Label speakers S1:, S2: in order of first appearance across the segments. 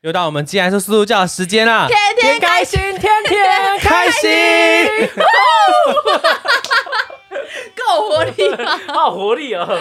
S1: 又到我们 G S 速度教时间啦，
S2: 天天开心，天天
S1: 开心！
S2: 够活力啊吗？
S3: 好有活力哦！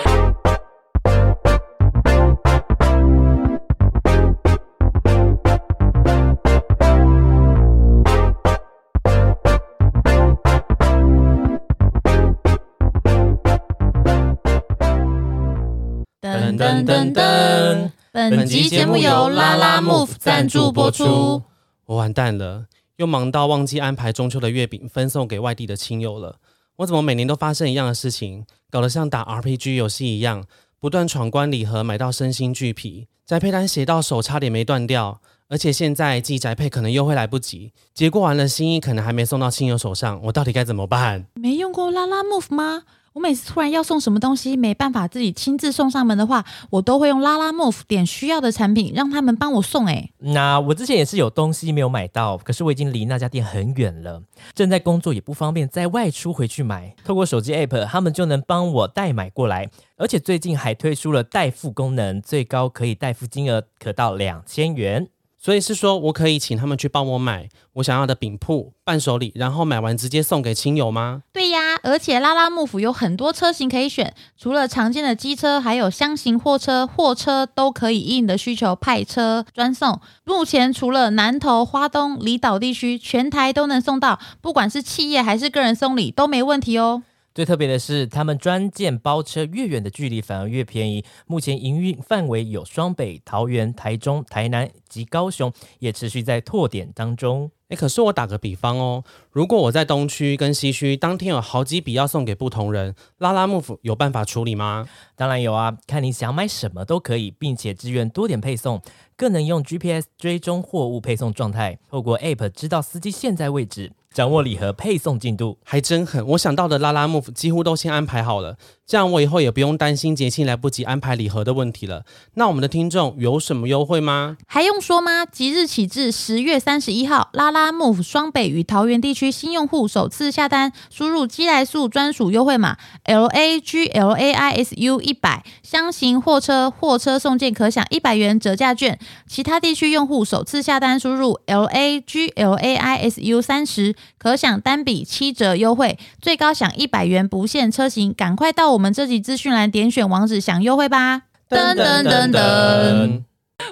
S1: 噔噔噔噔。
S2: 本集节目由拉拉 Move 赞助播出。。
S1: 我完蛋了，又忙到忘记安排中秋的月饼分送给外地的亲友了。我怎么每年都发生一样的事情，搞得像打 RPG 游戏一样，不断闯关礼盒买到身心俱疲，宅配单写到手差点没断掉。而且现在寄宅配可能又会来不及，结果完了心意可能还没送到亲友手上，我到底该怎么办？
S4: 没用过拉拉 Move 吗？我每次突然要送什么东西没办法自己亲自送上门的话，我都会用拉拉 Move 点需要的产品，让他们帮我送、欸。
S3: 那我之前也是有东西没有买到，可是我已经离那家店很远了，正在工作也不方便再外出回去买。透过手机 app，他们就能帮我代买过来，而且最近还推出了代付功能，最高可以代付金额可到两千元。
S1: 所以是说我可以请他们去帮我买我想要的饼铺、伴手礼，然后买完直接送给亲友吗？
S4: 对呀，而且拉拉 Move 有很多车型可以选，除了常见的机车，还有箱型货车、货车都可以依你的需求派车专送。目前除了南投、花东、离岛地区，全台都能送到，不管是企业还是个人送礼都没问题哦。
S3: 最特别的是，他们专件包车越远的距离反而越便宜。目前营运范围有双北、桃园、台中、台南及高雄，也持续在拓点当中。
S1: 哎，可是我打个比方哦，如果我在东区跟西区当天有好几笔要送给不同人，拉拉幕府有办法处理吗？
S3: 当然有啊，看你想买什么都可以，并且支援多点配送，更能用 GPS 追踪货物配送状态，透过 App 知道司机现在位置，掌握礼盒配送进度。
S1: 还真狠，我想到的拉拉幕府几乎都先安排好了，这样我以后也不用担心节庆来不及安排礼盒的问题了。那我们的听众有什么优惠吗？
S4: 还用说吗？即日起至十月三十一号，拉拉 move 双北与桃园地区新用户首次下单，输入基来素专属优惠码 L A G L A I S U 一百，箱型货车货车送件可享一百元折价券。其他地区用户首次下单输入 L A G L A I S U 三十，可享单笔七折优惠，最高享一百元不限车型。赶快到我们这集资讯栏点选网址享优惠吧！噔噔噔噔。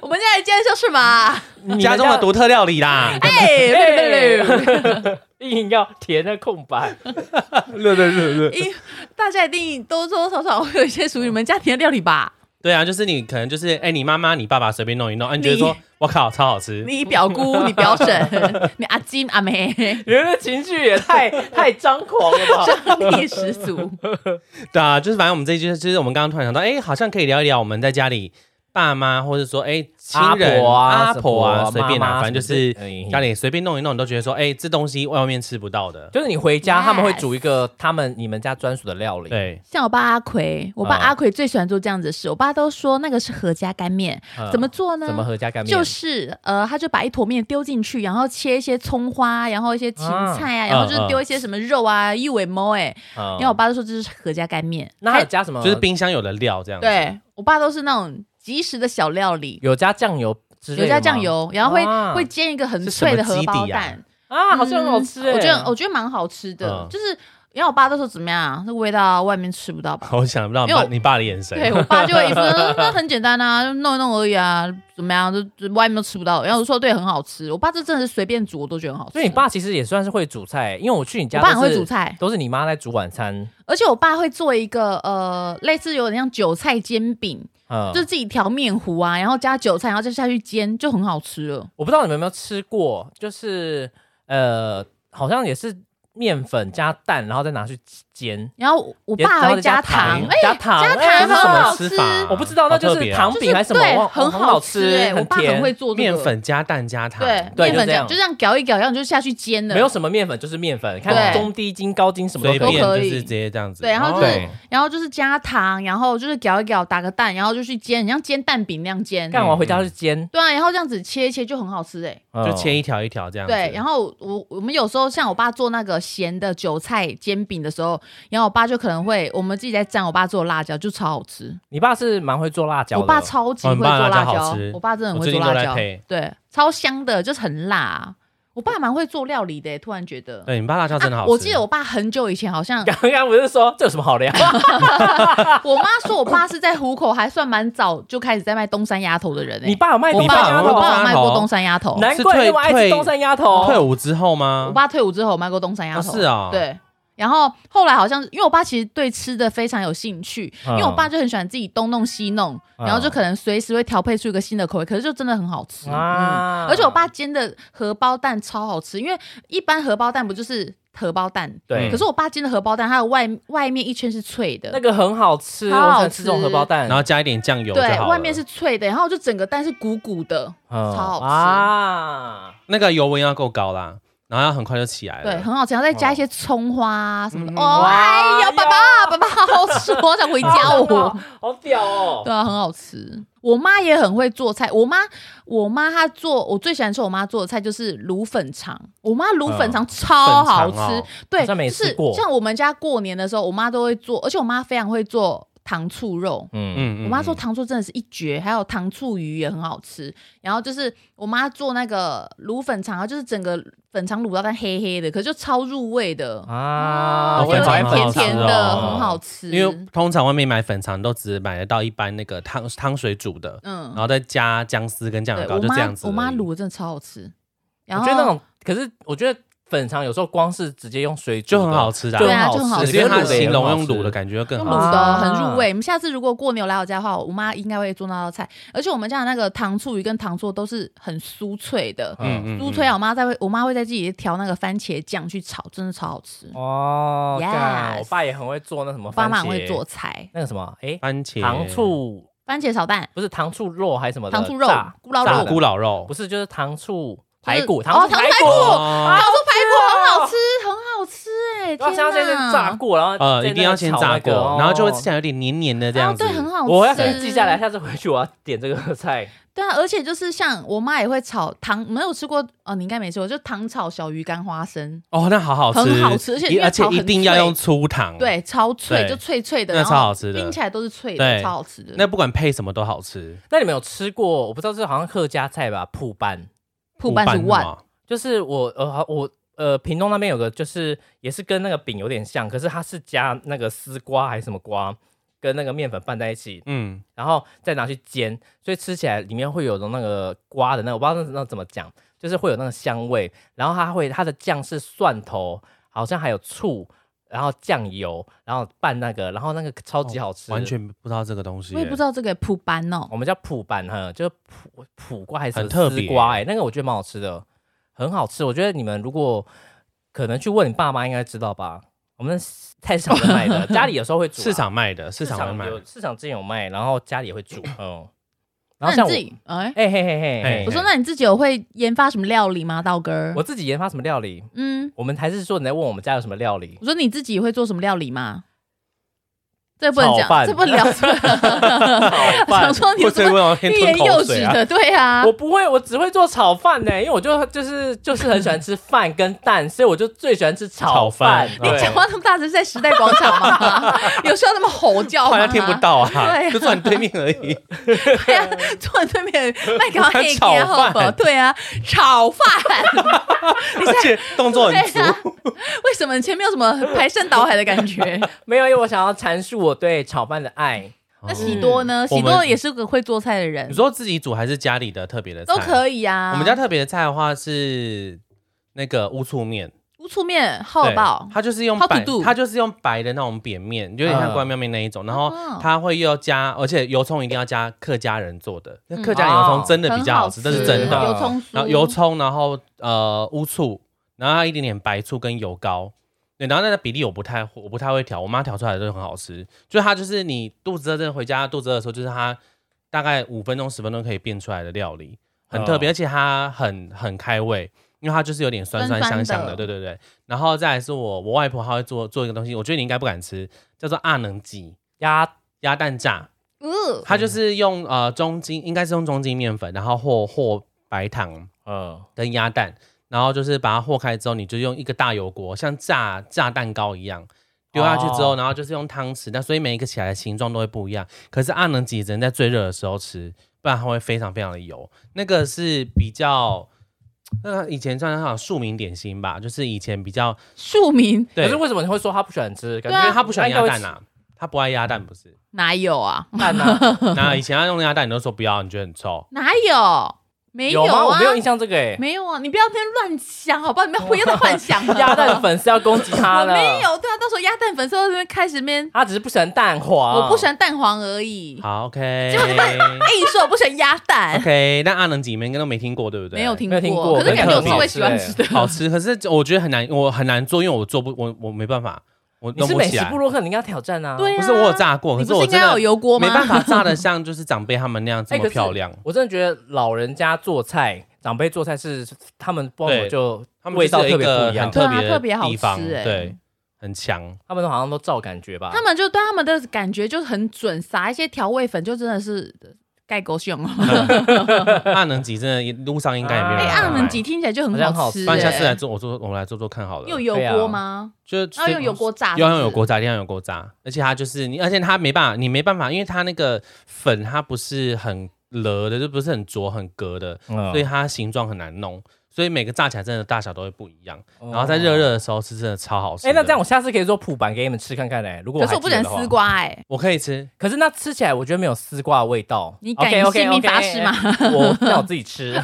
S2: 我们现在今天就是 嘛，
S1: 家中的独特料理啦，
S2: 哎，
S3: 硬要填那空白，
S1: 对对对对，
S2: 大家一定多多少少会有一些属于你们家庭的料理吧？
S1: 对啊，就是你可能就是哎，你妈妈、你爸爸随便弄一弄，啊、你觉得
S2: 你
S1: 说我靠超好吃，
S2: 你表姑、你表 婶、你阿金、阿梅，
S3: 你们的情绪也太 太张狂了吧？
S2: 张力十足。
S1: 对啊，就是反正我们这一句就是我们刚刚突然想到，哎，好像可以聊一聊我们在家里爸妈，或者说哎亲人
S3: 阿婆啊
S1: 阿婆啊，
S3: 什么
S1: 随便
S3: 妈
S1: 啊，
S3: 妈
S1: 反正就是
S3: 什么之类的嗯
S1: 家里随便弄一弄，你都觉得说，哎，这东西外面吃不到的。
S3: 就是你回家，
S2: Yes
S3: 他们会煮一个他们你们家专属的料理。
S1: 对，
S2: 像我爸阿奎，我爸
S3: 嗯
S2: 阿奎最喜欢做这样子的事。我爸都说那个是合家干面，
S3: 嗯
S2: 怎么做呢？
S3: 怎么合家干面？
S2: 就是呃，他就把一坨面丢进去，然后切一些葱花，然后一些芹菜啊，
S3: 嗯
S2: 然后就是丢一些什么肉啊、玉尾猫哎。
S3: 嗯
S2: 因为我爸就说这是合家干面，
S3: 那还有加什么？
S1: 就是冰箱有的料这样子。，
S2: 对我爸都是那种即食的小料理，
S3: 有加酱油之类的
S2: 有
S3: 吗，
S2: 加酱油，然后会、
S3: 啊
S2: 会煎一个很
S1: 是什么
S2: 脆的荷包
S1: 基底啊
S2: 蛋，
S3: 啊，好像很好吃哎。
S2: 嗯我觉得我觉得蛮好吃的，
S1: 嗯
S2: 就是因为我爸都说怎么样，这味道外面吃不到吧。
S1: 我想不到你
S2: 因为
S1: 爸
S2: 我
S1: 你爸的眼神。
S2: 对我爸就会 一副嗯那很简单啊，就弄一弄而已啊，怎么样？就就外面都吃不到。然后我就说对，很好吃。我爸这真的是随便煮我都觉得很好吃。
S3: 所以你爸其实也算是会煮菜，因为我去你家，
S2: 我爸很会煮，菜，
S3: 都是你妈在煮晚餐，
S2: 而且我爸会做一个呃，类似有点像韭菜煎饼，
S3: 嗯，
S2: 就是自己调面糊啊，然后加韭菜，然后再下去煎，就很好吃了。
S3: 我不知道你们有没有吃过，就是呃，好像也是面粉加蛋，然后再拿去煎，
S2: 然后我
S3: 也
S2: 爸还会加
S3: 然
S2: 糖
S3: 后，
S2: 哎
S3: 再，加糖，
S2: 加
S3: 哎
S2: 糖
S3: 这是
S1: 这是
S3: 什
S1: 什
S3: 么
S1: 么
S2: 好
S1: 吃
S2: 吃
S1: 法啊？
S3: 我不知道，那就
S1: 好特
S3: 是
S1: 别哦
S3: 糖
S2: 就是
S3: 饼还是什么，
S2: 对，
S3: 忘
S2: 很
S3: 很好
S2: 吃哎，我
S3: 很
S2: 爸很
S3: 甜
S2: 会。做这个
S1: 面粉加蛋加糖。
S2: 对
S3: 对
S2: 面粉
S3: 就这
S2: 加
S3: 样
S2: 就这样搅一搅，然后就下去煎了。
S3: 没有什么面粉，就是面粉，看
S2: 对
S3: 中低筋、高筋什么
S1: 随
S3: 都可以
S1: 便
S2: 都可
S1: 就
S2: 以
S1: 是直接这样子。
S2: 对然后就是
S1: 哦
S2: 然后就是加糖，然后就是搅一搅，打个蛋，然后就去煎，你像煎蛋饼那样煎。
S3: 干完回家去煎，嗯
S2: 对啊，然后这样子切一切就很好吃哎、
S3: 哦
S1: 就切一条一条这样子。
S2: 对，然后我我们有时候像我爸做那个个咸的韭菜煎饼的时候，然后我爸就可能会我们自己在蘸，我爸做辣椒就超好吃。
S3: 你爸是蛮会做辣椒的，
S2: 我爸超级
S1: 哦
S2: 会
S1: 你
S2: 做
S1: 爸的辣
S2: 辣
S1: 椒
S2: 椒
S1: 好吃，
S2: 我爸真的很
S1: 我
S2: 会
S1: 最近
S2: 做
S1: 都
S2: 辣
S1: 在
S2: 椒，
S1: 配。
S2: 对，超香的，就是很辣啊、我爸蛮会做料理的耶，欸突然觉得。
S1: 对，你爸辣椒哎真的好
S2: 啊
S1: 吃。
S2: 我记得我爸很久以前好像，
S3: 刚刚不是说这有什么好聊？
S2: 我妈说我爸是在虎口还算蛮早就开始在卖东山鸭头的人
S3: 你
S2: 诶。
S3: 爸有卖
S2: 我
S3: 东
S2: 爸
S3: 山
S1: 有卖
S3: 鸭
S2: 我
S3: 头
S1: 东
S2: 爸
S1: 山
S2: 有
S3: 吗？
S2: 卖
S1: 头
S2: 过东山鸭头，
S3: 难怪那么爱吃东山鸭头。
S1: 哦退伍之后吗？
S2: 我爸退伍之后有卖过东山鸭头，
S1: 哦是啊
S2: 对。然后后来好像，因为我爸其实对吃的非常有兴趣，
S3: 嗯
S2: 因为我爸就很喜欢自己东弄西弄，
S3: 嗯
S2: 然后就可能随时会调配出一个新的口味，可是就真的很好吃。
S3: 啊
S2: 嗯而且我爸煎的荷包蛋超好吃，因为一般荷包蛋不就是荷包蛋，
S3: 对
S2: 可是我爸煎的荷包蛋，它的外外面一圈是脆的，
S3: 那个很好吃，
S2: 超好
S3: 我
S2: 吃
S3: 想吃这种荷包蛋，
S1: 然后加一点酱油就好
S2: 对，
S1: 了
S2: 外面是脆的，然后就整个蛋是鼓鼓的，
S3: 嗯
S2: 超好吃
S3: 啊！
S1: 那个油温要够高啦，然后要很快就起来了。
S2: 对，很好吃，然后再加一些葱花啊什么的。
S1: 哎嗯
S2: 哦，
S3: 哇
S2: 哎呀，
S3: 呀
S2: 爸 爸，爸爸好吃，我好想回家哦。
S3: 好屌哦！
S2: 对啊，很好吃。我妈也很会做菜，我妈我妈她做我最喜欢吃我妈做的菜就是卤粉肠，我妈卤粉肠超好
S1: 嗯粉
S2: 吃，
S1: 肠哦
S2: 对，
S3: 好像没
S2: 就
S3: 吃
S2: 是
S3: 过
S2: 像我们家过年的时候，我妈都会做，而且我妈非常会做糖醋肉。
S3: 嗯
S1: 嗯，嗯
S2: 我妈说糖醋真的是一绝，还有糖醋鱼也很好吃。然后就是我妈做那个卤粉肠，就是整个粉肠卤到但黑黑的，可是就超入味的，
S3: 啊
S1: 哦
S2: 就有
S1: 粉肠
S2: 点
S1: 很
S2: 甜
S1: 好吃
S2: 甜的，
S1: 哦
S2: 很好吃。
S1: 因为通常外面买粉肠都只买得到一般那个汤汤水煮的，
S2: 嗯
S1: 然，后再加姜丝跟酱
S2: 对
S1: 油
S2: 我
S1: 膏，就
S2: 妈
S1: 哦这样子而已。
S2: 我妈卤的真的超好吃，然
S3: 我
S2: 后
S3: 觉得那种，可是我觉得粉肠有时候光是直接用水煮
S1: 就
S3: 的
S1: 很好吃的啊，
S3: 就
S2: 对啊
S3: 很
S2: 就很
S3: 好
S2: 好
S1: 只
S3: 吃，
S1: 是因为它
S3: 卤的也
S1: 形容
S3: 很好
S1: 用
S3: 吃
S1: 卤的感觉更
S2: 用
S1: 好吃。
S2: 卤的哦
S3: 啊
S2: 很入味。你们下次如果过年有来我家的话，我妈应该会做那道菜。而且我们家的那个糖醋鱼跟糖醋都是很酥脆的，
S3: 嗯
S1: 嗯
S2: 酥脆啊！我妈在会，我妈会在自己调那个番茄酱去炒，真的超好吃。
S3: 哦。干
S2: Yes
S3: 我爸也很会做那什么
S2: 我
S3: 番
S2: 爸妈
S3: 茄，
S2: 很会做菜，
S3: 那个什么，哎，
S1: 番茄
S3: 糖醋
S2: 番茄炒蛋、
S3: 不是糖醋肉还是什么的
S2: 糖醋肉
S3: 炸
S2: 咕咾肉
S3: 炸的
S1: 咕老肉
S3: 不，是就是糖醋排
S2: 就
S3: 骨，
S2: 是啊
S3: 糖
S2: 哦
S3: 醋
S2: 糖醋
S3: 排
S2: 排
S3: 骨。
S1: 哦
S2: 糖醋排骨很好
S3: 啊
S2: 吃，很好吃哎！
S3: 要先
S2: 天
S3: 先先炸
S2: 哪！
S3: 过，然后
S1: 呃，
S3: 再
S1: 一定要
S3: 那个
S1: 先
S3: 炒
S1: 炸
S3: 那个
S1: 过，然后就会
S3: 哦
S1: 吃起来有点黏黏的这
S2: 啊，
S1: 样子。
S2: 对，很好吃。
S3: 我要可能记下来，下次回去我要点这个 菜。
S2: 对啊，而且就是像我妈也会炒糖，没有吃过哦，你应该没吃过，就糖炒小鱼干花生，
S1: 哦，那好好吃，
S2: 很好吃而且
S1: 一
S2: 因为
S1: 而且
S2: 炒
S1: 一
S2: 很
S1: 定要
S2: 脆
S1: 用粗糖。，
S3: 哦
S2: 对，超脆，
S1: 对
S2: 就脆脆的，
S1: 那
S2: 然后
S1: 超好吃的
S2: 冰起来都是脆
S1: 对
S2: 的，超好吃的。
S1: 那不管配什么都好吃。
S3: 那你们有吃过？我不知道这好像客家菜吧，铺班，
S2: 铺拌是
S1: 是
S3: 啊
S2: 万，
S1: 吗
S3: 就是我呃好我呃屏东那边有个，就是也是跟那个饼有点像，可是它是加那个丝瓜还是什么瓜，跟那个面粉拌在一起，
S1: 嗯，
S3: 然后再拿去煎，所以吃起来里面会有种那个瓜的那个，我不知道那那怎么讲，就是会有那个香味。然后它会它的酱是蒜头，好像还有醋，然后酱油，然后拌那个，然后那个超级好吃，
S1: 哦完全不知道这个东西耶，
S2: 我也不知道这个铺班哦。
S3: 我们叫普板哈，就是普普瓜还是什么
S1: 很特别
S3: 丝瓜哎、那个我觉得蛮好吃的，很好吃。我觉得你们如果可能去问你爸妈，应该知道吧？我们菜市场有卖的，家里有时候会煮啊、
S1: 市场卖的，市
S3: 市
S1: 场会卖
S3: 场
S1: 的
S3: 有市场之前有卖，然后家里也会煮， 嗯。然
S2: 那
S3: 后像
S2: 你
S3: 我
S2: 自，己，哎，
S3: 哎、 嘿嘿嘿
S1: 嘿
S3: 嘿，
S2: 我说那你自己有会研发什么料理吗，道哥？
S3: 我自己研发什么料理？
S2: 嗯，
S3: 我们还是说你在问我们家有什么料理？
S2: 我说你自己会做什么料理吗？这不能
S3: 炒饭
S2: 讲，这不能 聊。 想说你
S1: 会
S2: 这
S1: 追
S2: 么
S1: 问我先
S2: 欲
S1: 吞
S2: 言
S1: 口
S2: 又
S1: 水
S2: 止
S1: 啊！
S2: 的，对啊
S3: 我。不会，我只会做炒饭呢、因为我就就是就是很喜欢吃饭跟蛋，所以我就最喜欢吃
S1: 炒
S3: 饭
S1: 饭。
S3: 对
S1: 你
S2: 讲话那么大声，是在时代广 场吗？有需要那么吼叫
S1: 好
S2: 吗？
S1: 像听不。 到
S2: 对
S1: 啊，
S2: 啊
S1: 就坐你对面 而已。
S2: 对啊，坐对面麦克黑
S1: 炒
S2: 给好
S1: 饭
S2: 不好？对啊，炒饭。
S1: 而且动作很足
S2: 对。啊，为什么前面有什么排山倒海的感 觉？
S3: 没有，因为我想要阐述我对炒饭的爱。
S2: 那
S1: 哦
S2: 喜多呢？
S1: 嗯
S2: 喜
S1: 我
S2: 多
S1: 们
S2: 也是个会做菜的人
S1: 你，说自己煮还是家里的特别的菜
S2: 都可以啊。
S1: 我们家特别的菜的话是那个乌醋面，
S2: 乌醋面好
S1: 对
S2: 不好？
S1: 它就是用
S2: How to
S1: 白
S2: do？，
S1: 它就是用白的那种扁面，有点像关庙面那一种。然后
S2: 哦
S1: 它会又加，而且油葱一定要加客家人做的，那
S2: 嗯
S1: 客家人油葱真的比较好吃，
S2: 很
S1: 这是真的。
S2: 油葱酥，
S1: 然后油葱，然后呃乌醋，然后一点点白醋跟油膏。对，然后那个比例我不太我不太会调，我妈调出来的就很好吃。就是它就是你肚子饿真的回家肚子饿的时候，就是它大概五分钟十分钟可以变出来的料理，很特别，
S3: 哦
S1: 而且它很很开胃，因为它就是有点酸
S2: 酸
S1: 酸
S2: 酸
S1: 香香的，
S2: 的
S1: 对对对。然后再来是我我外婆她会做做一个东西，我觉得你应该不敢吃，叫做阿能鸡
S3: 鸭
S1: 鸭蛋炸。
S2: 呃，
S1: 它就是用呃中筋，应该是用中筋面粉，然后或或白糖
S3: 嗯
S1: 跟鸭蛋，然后就是把它和开之后，你就用一个大油锅，像炸炸蛋糕一样丢下去之后，
S3: 哦
S1: 然后就是用汤匙，但所以每一个起来的形状都会不一样。可是阿啊能挤只能在最热的时候吃，不然它会非常非常的油。那个是比较。那以前算是那种庶民点心吧，就是以前比较，
S2: 庶民
S1: 对
S3: 可是为什么你会说他不喜欢吃？感
S1: 因
S3: 觉
S1: 为他不喜欢鸭蛋
S3: 啊，
S1: 啊，他不爱鸭蛋，不 是？
S2: 哪有啊？
S3: 蛋啊，
S1: 那以前他用鸭蛋，你都说不要，你觉得很臭。
S2: 哪有？没
S3: 有吗？我
S2: 啊
S3: 没，有啊印象这个欸诶。
S2: 没有啊！你不要在那边乱想，好不好？你不要不要再幻想了。
S3: 鸭蛋粉丝要攻击他
S2: 我
S3: 了，
S2: 没，有，对啊，到时候鸭蛋粉丝在那边开始边，
S3: 他只是不喜欢蛋黄，
S2: 我不喜欢蛋黄而已。
S1: 好，OK。
S2: 结果你
S3: 哎
S2: 们硬说我不喜欢鸭蛋，
S1: OK，但阿能姐你们应该都没听过，对不对？
S2: 没有听
S3: 没有听过
S2: 可是感觉我
S1: 很
S2: 是会
S1: 好
S3: 吃
S2: 喜欢
S3: 欸
S2: 吃的。
S1: 好吃，可是我觉得很难，我很难做，因为我做不，我我没办法，我
S3: 你
S1: 弄
S3: 是
S1: 不
S3: 美
S1: 起
S3: 食
S1: 来
S3: 部。落客，你应该挑战啊。
S2: 对啊
S1: 不是我有炸过，可
S2: 你
S1: 是
S2: 不是
S1: 我
S2: 应
S1: 真
S2: 该要有
S1: 的
S2: 油锅吗？
S1: 没办 法炸的像就是长辈他们那样这
S3: 哎，可
S1: 么
S3: 是
S1: 漂亮。
S3: 我真的觉得老人家做菜，长辈做菜是他们不知
S1: 对
S3: 道怎么就
S1: 他们
S3: 味道
S1: 就是有
S3: 特
S1: 一
S3: 别不
S1: 个
S3: 一样
S1: 很，特别
S2: 对啊
S1: 的
S2: 特别好吃
S1: 地方，
S2: 哎
S1: 对，很强。
S3: 他们都好像都照感觉吧。
S2: 他们就对他们的感觉就很准，撒一些调味粉就真的是盖狗熊哦。
S1: 阿能吉真的路上应该也没有
S3: 对
S2: 哎，
S1: 人
S3: 啊
S1: 在
S2: 阿
S1: 买。
S2: 能吉听起来就很
S3: 好像好
S2: 吃
S3: 吃
S1: 不然
S2: 欸。
S1: 下次来做，我做我们来做做看好了。
S2: 有油锅吗？
S1: 就
S3: 啊
S2: 要用油锅炸是不是，
S1: 要用油锅炸，一定要用油锅炸。而且它就是你，而且它没办法，你没办法，因为它那个粉它不是很勒的，就不是很浊很格的，
S3: 嗯
S1: 所以它形状很难弄。所以每个炸起来真的大小都会不一样。然后
S3: 哦
S1: 在热。热的时候吃真的超好吃的。
S3: 嗯哎，那这样我下次可以做普板给你们吃看看嘞。如果
S2: 可是
S3: 还
S2: 我不
S3: 记
S2: 喜
S3: 得
S2: 欢
S3: 的话
S2: 丝，瓜哎，
S1: 我可以吃，
S3: 可是那吃起来我觉得没有丝瓜的味道。
S2: 你敢
S3: OK，OK，OK，
S2: 信命发誓吗
S3: 我那我自己吃。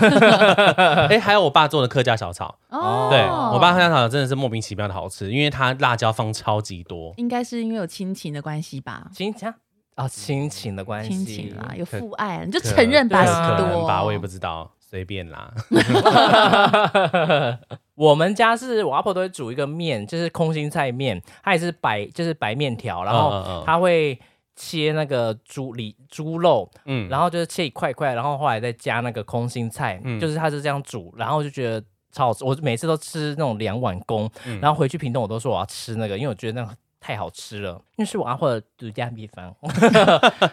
S1: 哎，还有我爸做的客家小炒，
S2: 哦，
S1: 对我爸客家小炒真的是莫名其妙的好吃，因为它辣椒放超级多。
S2: 应该是因为有亲情的关系吧，
S3: 亲情啊，亲情的关系，
S2: 亲情啦，有
S1: 可
S2: 父爱，你就 承认吧，
S3: 对
S2: 喜
S3: 啊
S1: 可能
S2: 多
S1: 吧，我也不知道，随便啦。
S3: 我们家是我阿婆都会煮一个面，就是空心菜面，它也是白就是白面条， 然
S1: 嗯嗯
S3: 后
S1: 嗯
S3: 它会切那个猪里猪肉，
S1: 嗯，
S3: 然后就是切一块块，然后后来再加那个空心菜，
S1: 嗯
S3: 就是它是这样煮，然后就觉得超好吃。我每次都吃那种两碗公，
S1: 嗯
S3: 然后回去屏东我都说我要吃那个，因为我觉得那个。太好吃了，因为是我阿婆的独家秘 方。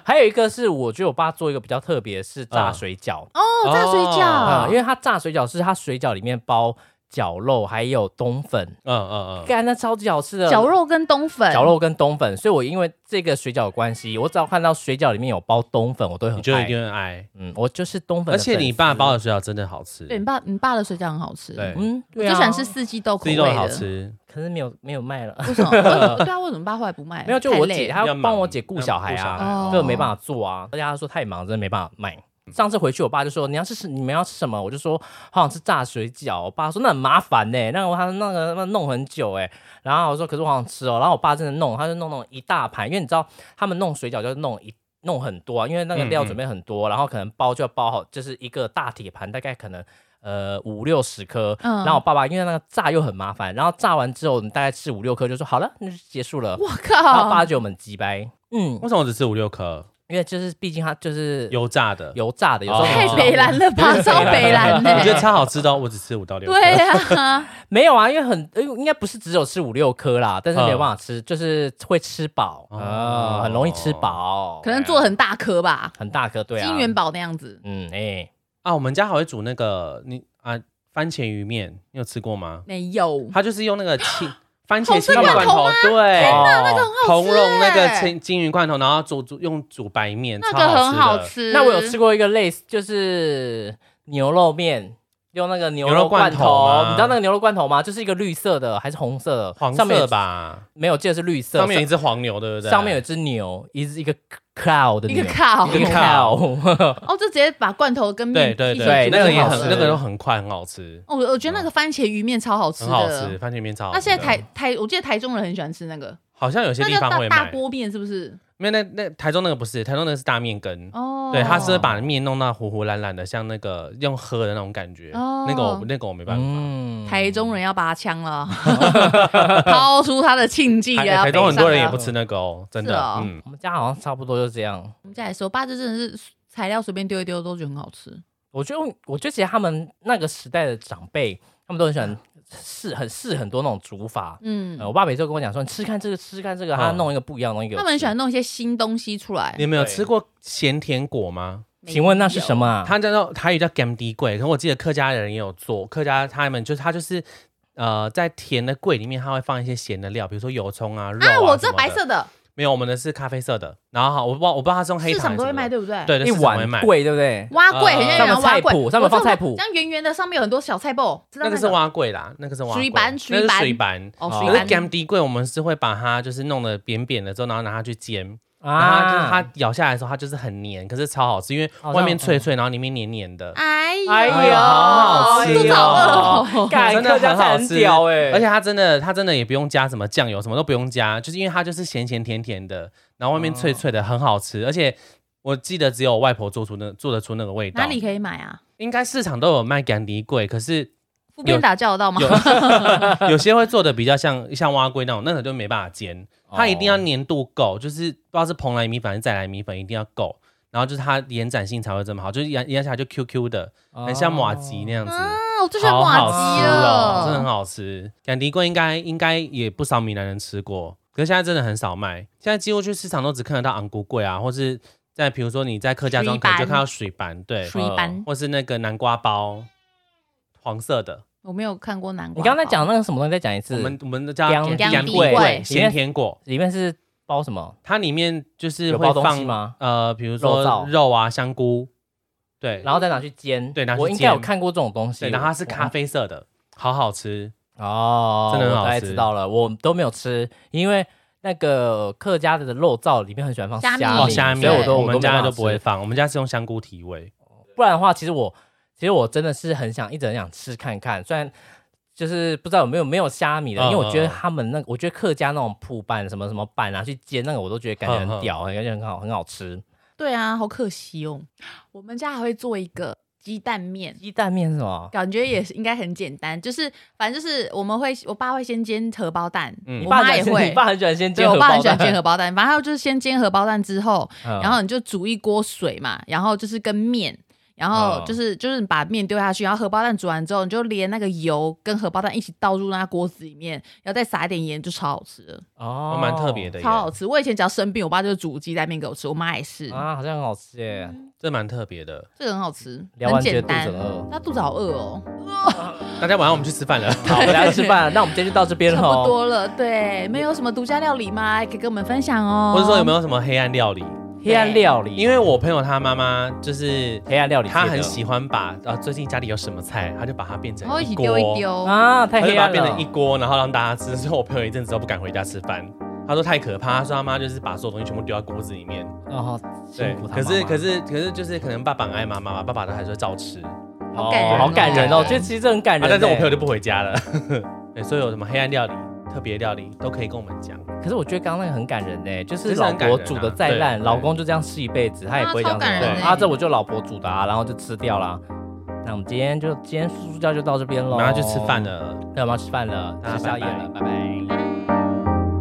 S3: 还有一个是，我觉得我爸做一个比较特别，是炸
S1: 嗯
S3: 水饺。
S2: 哦，炸水
S3: 啊、因
S2: 饺，
S3: 为它炸水饺是它水饺里面包绞肉还有冬粉，
S1: 嗯嗯嗯，
S3: 干那超级好吃的
S2: 绞肉跟冬粉，
S3: 绞肉跟冬粉，所以我因为这个水饺的关系，我只要看到水饺里面有包冬粉，我都会
S1: 你
S3: 很
S1: 就一
S3: 爱。
S1: 定会爱。
S3: 嗯，我就是冬粉
S1: 而
S3: 的粉丝，
S1: 且你爸包的水饺真的好吃，
S2: 对你爸，你爸的水饺很好吃，
S1: 对啊
S3: 嗯，
S2: 我
S3: 对
S2: 就
S3: 啊
S2: 喜欢吃，四季豆口
S1: 自
S2: 味
S1: 己都
S2: 的，
S1: 很好吃。
S3: 可是没有没有卖了，
S2: 为什么？为什么对啊，为什么爸后来不卖？
S3: 没有就
S2: 太
S3: 我
S2: 累
S3: 姐
S2: 了
S3: 她
S1: 要
S3: 要
S1: 忙
S3: 帮我姐顾小孩
S1: 要
S3: 啊，
S2: 哦
S3: 这个没办法做啊，而且她说太忙，真的没办法卖。上次回去，我爸就说你要吃什你们要吃什么，我就说好想吃炸水饺。我爸说那很麻烦呢、那个他那个那弄很久哎、然后我说可是我好想吃哦、然后我爸真的弄，他就弄弄一大盘，因为你知道他们弄水饺就是弄一弄很多啊，因为那个
S1: 嗯
S3: 料
S1: 嗯
S3: 准备很多，然后可能包就要包好，就是一个大铁盘，大概可能。呃，五六十颗，
S2: 嗯
S3: 然后我爸爸因为那个炸又很麻烦，然后炸完之后，我们大概吃五六颗就说好了，那就结束了。
S2: 我
S3: 然后
S2: 靠
S3: 八，九们鸡掰，嗯，
S1: 为什么我只吃五六颗
S3: 因为就是毕竟它就是
S1: 油炸的？
S3: 油炸的，有时候
S1: 哦
S3: 你
S2: 太
S3: 知道
S2: 北蓝了吧，超北蓝
S1: 啊我 觉得
S2: 的，
S1: 超好吃的哦，我只吃五到六颗。
S2: 对啊，
S3: 没有啊，因为很呃应该不是只有吃五六颗啦，但是没有办法吃，就是会吃饱
S1: 嗯哦
S3: 啊，很容易吃饱，
S2: 可能做
S3: 哎呀
S2: 很大颗吧，
S3: 很大颗，对啊，
S2: 金元宝那样子，
S3: 嗯哎，
S1: 啊，我们家还会煮那个你啊番茄鱼面，你有吃过吗？
S2: 没有，
S1: 它就是用那个青 番
S2: 好
S1: 茄
S2: 吃
S1: 青鱼
S2: 罐
S1: 罐
S2: 头
S1: 头，对，
S3: 那个
S1: 红蓉那个
S2: 欸
S1: 青金鱼罐头，然后煮煮用煮白面，
S2: 那
S1: 超
S2: 个很
S1: 好
S2: 好
S1: 吃的。
S2: 吃。
S3: 那我有吃过一个类似就是牛肉面。用那个牛
S1: 牛肉
S3: 肉罐
S1: 罐头吗
S3: 你知道那个牛肉罐头吗？就是一个绿色的还是红色的？
S1: 黄
S3: 上面有
S1: 色？吧，
S3: 没有，记得是绿色。
S1: 上面有一只黄牛，对不对？
S3: 上面有一只牛，一只一个 cow 的
S2: 一
S3: 牛，
S2: 个靠，
S1: 一个靠
S3: cow
S2: 哦，就直接把罐头跟面
S1: 对对
S2: 一起
S1: 对，
S2: 煮
S1: 那个也
S2: 好
S1: 很
S2: 吃
S1: 那个都很快，很好吃，
S2: 哦，我我觉得那个番茄鱼面超好
S1: 嗯
S2: 吃
S1: 很好吃，
S2: 的。
S1: 番茄面超好吃的。
S2: 那现在台台，我记得台中人很喜欢吃那个，
S1: 好像有些
S2: 那
S1: 地
S2: 叫
S1: 方
S2: 大
S1: 会
S2: 大
S1: 卖，
S2: 锅面是不是？
S1: 没有那那台中那个不是，台中那个是大面羹。
S2: 哦，
S1: 对，他是把面弄到糊糊烂烂的，像那个用喝的那种感觉。
S2: 哦
S1: 那个我那个我没办法。
S3: 嗯
S2: 台中人要拔 枪了，掏出他的庆忌
S1: 台
S2: 啊！
S1: 台中很多人也
S2: 北上
S1: 不
S2: 啊
S1: 吃那个哦，真
S2: 是
S1: 的
S2: 哦。
S1: 嗯，
S3: 我们家好像差不多就这样。
S2: 我们家来说，我爸这真的是材料随便丢一丢都觉得很好吃。
S3: 我觉得，我觉得其实他们那个时代的长辈，他们都很喜欢
S1: 嗯
S3: 试，很试很多那种煮法。
S2: 嗯
S3: 呃，，我爸每次都跟我讲说，你吃看这个，吃看这个，他
S1: 嗯
S3: 弄一个不一样的东西给我
S2: 他
S3: 吃。
S2: 们很喜欢弄一些新东西出来
S1: 你。们有
S3: 对
S1: 吃过咸甜果吗？
S2: 没
S3: 请问那是什么啊？
S1: 它叫做台语叫 gam 低柜，可我记得客家人也有做，客家他们就是它就是呃在甜的柜里面，它会放一些咸的料，比如说油葱啊、肉
S2: 有？啊，我
S1: 什
S2: 这
S1: 么
S2: 白
S1: 的
S2: 色的
S1: 没有，我们的是咖啡色的。然后好，我不知道我不知道它是用黑
S2: 市
S1: 糖还
S2: 场
S1: 是
S2: 都会
S1: 什么
S2: 卖，
S1: 的
S2: 对不对？
S1: 对，对
S3: 一
S1: 市场会
S3: 碗
S1: 卖。
S3: 贵，对不对？
S2: 蛙柜，
S1: 呃
S2: 很像
S1: 上
S2: 有
S1: 面
S2: 人蛙
S3: 菜
S2: 柜
S3: 谱，上面
S2: 我
S3: 放
S2: 这
S3: 菜
S2: 种
S3: 谱
S2: 像圆圆的，上面有很多小菜包，知道
S1: 那个是
S2: 吗？
S1: 蛙柜啦，那个是蛙
S2: 水
S1: 柜，
S2: 板
S1: 那
S2: 水
S1: 是
S2: 板
S1: 水板。
S2: 哦，
S3: 哦
S1: 可是
S2: 水
S1: gam
S2: 板
S1: 低柜，我们是会把它就是弄得扁扁的之后，然后拿它去煎，然后它就是
S3: 啊！
S1: 它咬下来的时候，它就是很黏，可是超好吃，因为
S3: 哦
S1: 外面
S3: 这样
S1: 脆脆，然后里面黏黏的。
S2: 嗯
S4: 哎呦，
S3: 哎呦，
S1: 好好吃
S2: 肚子好饿
S3: 哦！ 干
S1: 真的
S3: 客家
S1: 很
S3: 菜
S1: 好
S3: 很
S1: 吃
S3: 屌哎，
S1: 而且它真的，它真的也不用加什么酱油，什么都不用加，就是因为它就是咸咸甜甜的，然后外面脆脆的，很好
S2: 嗯
S1: 吃。而且我记得只有我外婆做出那做得出那个味道
S2: 哪，里可以买啊？
S1: 应该市场都有卖干迪柜，可是
S2: 副边打叫得到吗？
S1: 有些会做的比较像像蛙龟那种，那个就没办法煎，它一定要
S3: 哦
S1: 粘度够，就是不知道是蓬莱米粉还是再来米粉，一定要够。然后就是它延展性才会这么好，就是延延下来就 Q Q 的，
S3: 哦
S1: 很像马吉那样子。
S2: 啊，我最喜欢
S1: 好
S2: 瓦
S1: 好
S2: 吉
S1: 吃哦，真的很
S2: 了。
S1: 好吃。赶迪龟应该应该也不少闽南人吃过，可是现在真的很少卖，现在几乎去市场都只看得到昂菇桂啊，或是在比如说你在客家庄
S2: 水
S1: 可能就
S2: 板
S1: 看到水板，对，
S2: 水板
S1: 或是那个南瓜包，黄色的，
S2: 我没有看过南瓜。
S3: 你刚才讲那个什么东西，再讲一次。
S1: 我们我们叫
S3: 洋
S1: 洋
S2: 地
S1: 桂
S2: 桂
S1: 咸甜果，
S3: 里面是包什么？
S1: 它里面就是
S3: 有包
S1: 会
S3: 东西
S1: 放
S3: 吗？
S1: 呃，比如
S3: 肉
S1: 说
S3: 燥
S1: 肉啊、香菇，对，
S3: 然后再拿去煎。
S1: 对拿去
S3: 我应该有
S1: 煎
S3: 看过这种东西。
S1: 对，然后它是咖啡色的，好好吃。
S3: 哦，
S1: 真的很好
S3: 我大概
S1: 吃
S3: 知道了，我都没有吃，因为那个客家的肉燥里面很喜欢放
S2: 虾米
S3: 米，
S1: 哦，
S2: 嗯
S1: 虾米，
S3: 所以我
S2: 对
S3: 都
S1: 我们家都
S3: 都没办法
S1: 不会
S3: 吃
S1: 放，我们家是用香菇提味。
S3: 不然的话，其实我其实我真的是很想一直很想吃看看，虽然就是不知道有没有没有虾米的，
S1: 嗯
S3: 因为我觉得
S1: 嗯嗯
S3: 他们那个我觉得客家那种铺板什么什么板啊去煎那个，我都觉得感觉很屌，
S1: 嗯
S3: 感觉很好很好吃。
S2: 对啊，好可惜哦。我们家还会做一个鸡蛋面，
S3: 鸡蛋面是什么？
S2: 感觉也是应该很简单，就是反正就是我们会，我爸会先煎荷包蛋，
S1: 嗯
S2: 我
S3: 你爸
S2: 妈
S3: 很
S2: 也
S3: 喜欢
S2: 会
S3: 你。爸很喜欢先
S2: 对
S3: 煎荷
S2: 我
S3: 包
S2: 爸
S3: 蛋，
S2: 很喜欢煎荷包蛋，反正他就是先煎荷包蛋之后，
S3: 嗯，
S2: 然后你就煮一锅水嘛，然后就是跟面，然
S3: 嗯
S2: 后就是、就是你把面丢下去，然后荷包蛋煮完之后，你就连那个油跟荷包蛋一起倒入那锅子里面，然后再撒一点盐，就超好吃了，
S3: 哦
S1: 哦，蛮特别的耶，
S2: 超好吃。我以前只要生病，我爸就煮鸡蛋面给我吃，我妈也是，
S3: 啊，好像很好吃耶。
S2: 嗯
S1: 这蛮特别的。
S2: 这个很好吃，
S3: 聊
S2: 很
S3: 完觉
S2: 简
S3: 得肚
S2: 单
S3: 子很。饿，
S2: 他肚子好饿哦，
S1: 大家晚上我们去吃饭了。
S3: 好，我们来吃饭了，那我们今天就到这边哦
S2: 差
S3: 了。
S2: 不多了。对，没有什么独家料理吗？可以跟我们分享哦。
S1: 或者说有没有什么黑暗料理？
S3: 黑暗料理，
S1: 因为我朋友他妈妈就是
S3: 黑暗料理界的，
S1: 她很喜欢把呃最近家里有什么菜，她就把它变成
S2: 然后一起
S1: 一
S2: 丢一
S1: 锅，
S2: 丢，
S3: 啊，太
S1: 她就
S3: 黑
S1: 把它
S3: 暗
S1: 变成
S3: 了
S1: 一。锅，然后让大家吃。所以我朋友一阵子都不敢回家吃饭。他说太可怕，他说他妈就是把所有东西全部丢到锅子里面。
S3: 哦，
S1: 对
S3: 辛苦，他
S1: 可是
S3: 妈妈
S1: 可是可是就是可能爸爸很爱妈妈嘛，爸爸都还是会照吃啊，
S2: 好感人欸
S3: 哦
S2: 哦
S3: 好感人哦，这其实这很感人。
S1: 但是我朋友，就不回家了。 对，所以有什么黑暗料理、特别料理都可以跟我们讲。
S3: 可是我觉得刚刚那个很感人呢，就是
S1: 这是
S3: 老
S1: 很感人
S3: 婆
S1: 啊
S3: 煮的再烂，
S1: 对
S3: 老公就这样吃一辈子，他也不会讲
S2: 啊
S3: 什
S2: 超感
S3: 么
S1: 人
S3: 对
S1: 欸
S3: 啊，这我就老婆煮的啊，然后就吃掉啦。那我们今天就今天叔叔教就到这边喽，
S1: 我们要去吃饭，了。
S3: 对，我们要吃饭了，
S1: 大家
S3: 吃宵夜
S1: 拜拜
S3: 了，拜拜。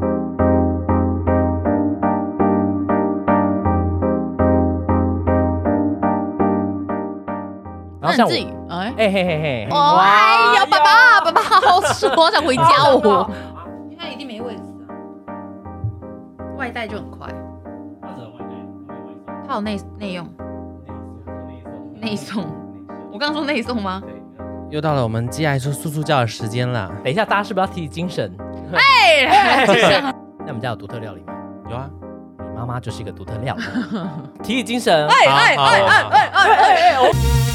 S2: 那
S3: 然后像
S2: 你
S3: 我
S2: 自，己哎。
S3: 哎嘿嘿嘿，
S2: 哦，哎呀，爸爸，爸爸好吃，我好想回家哦。因为他一定没位置啊，外带就很快，他有内内用内送。我刚刚说内送吗？
S1: 又到了我们鸡爱说速速叫的时间啦。
S3: 等一下，大家是不是要提起精神？
S2: 哎，
S3: 那我们家有独特料理吗？
S1: 有啊，
S3: 你妈妈就是一个独特料理，提起精神。
S1: 哎哎哎哎哎哎！